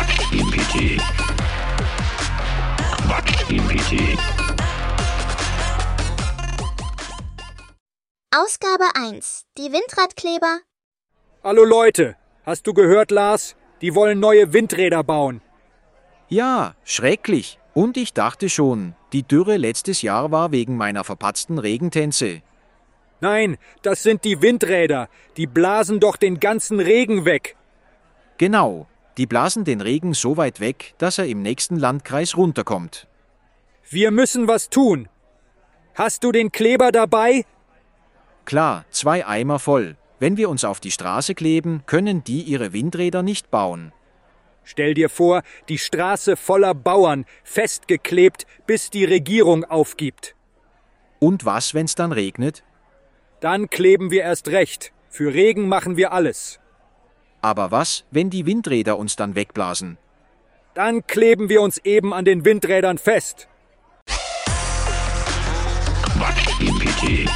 ChatGPT. Quatsch GPT. Ausgabe 1. Die Windradkleber. Hallo Leute, hast du gehört, Lars? Die wollen neue Windräder bauen. Ja, schrecklich. Und ich dachte schon, die Dürre letztes Jahr war wegen meiner verpatzten Regentänze. Nein, das sind die Windräder. Die blasen doch den ganzen Regen weg. Genau, die blasen den Regen so weit weg, dass er im nächsten Landkreis runterkommt. Wir müssen was tun. Hast du den Kleber dabei? Klar, zwei Eimer voll. Wenn wir uns auf die Straße kleben, können die ihre Windräder nicht bauen. Stell dir vor, die Straße voller Bauern, festgeklebt, bis die Regierung aufgibt. Und was, wenn's dann regnet? Dann kleben wir erst recht. Für Regen machen wir alles. Aber was, wenn die Windräder uns dann wegblasen? Dann kleben wir uns eben an den Windrädern fest. Quatsch GPT.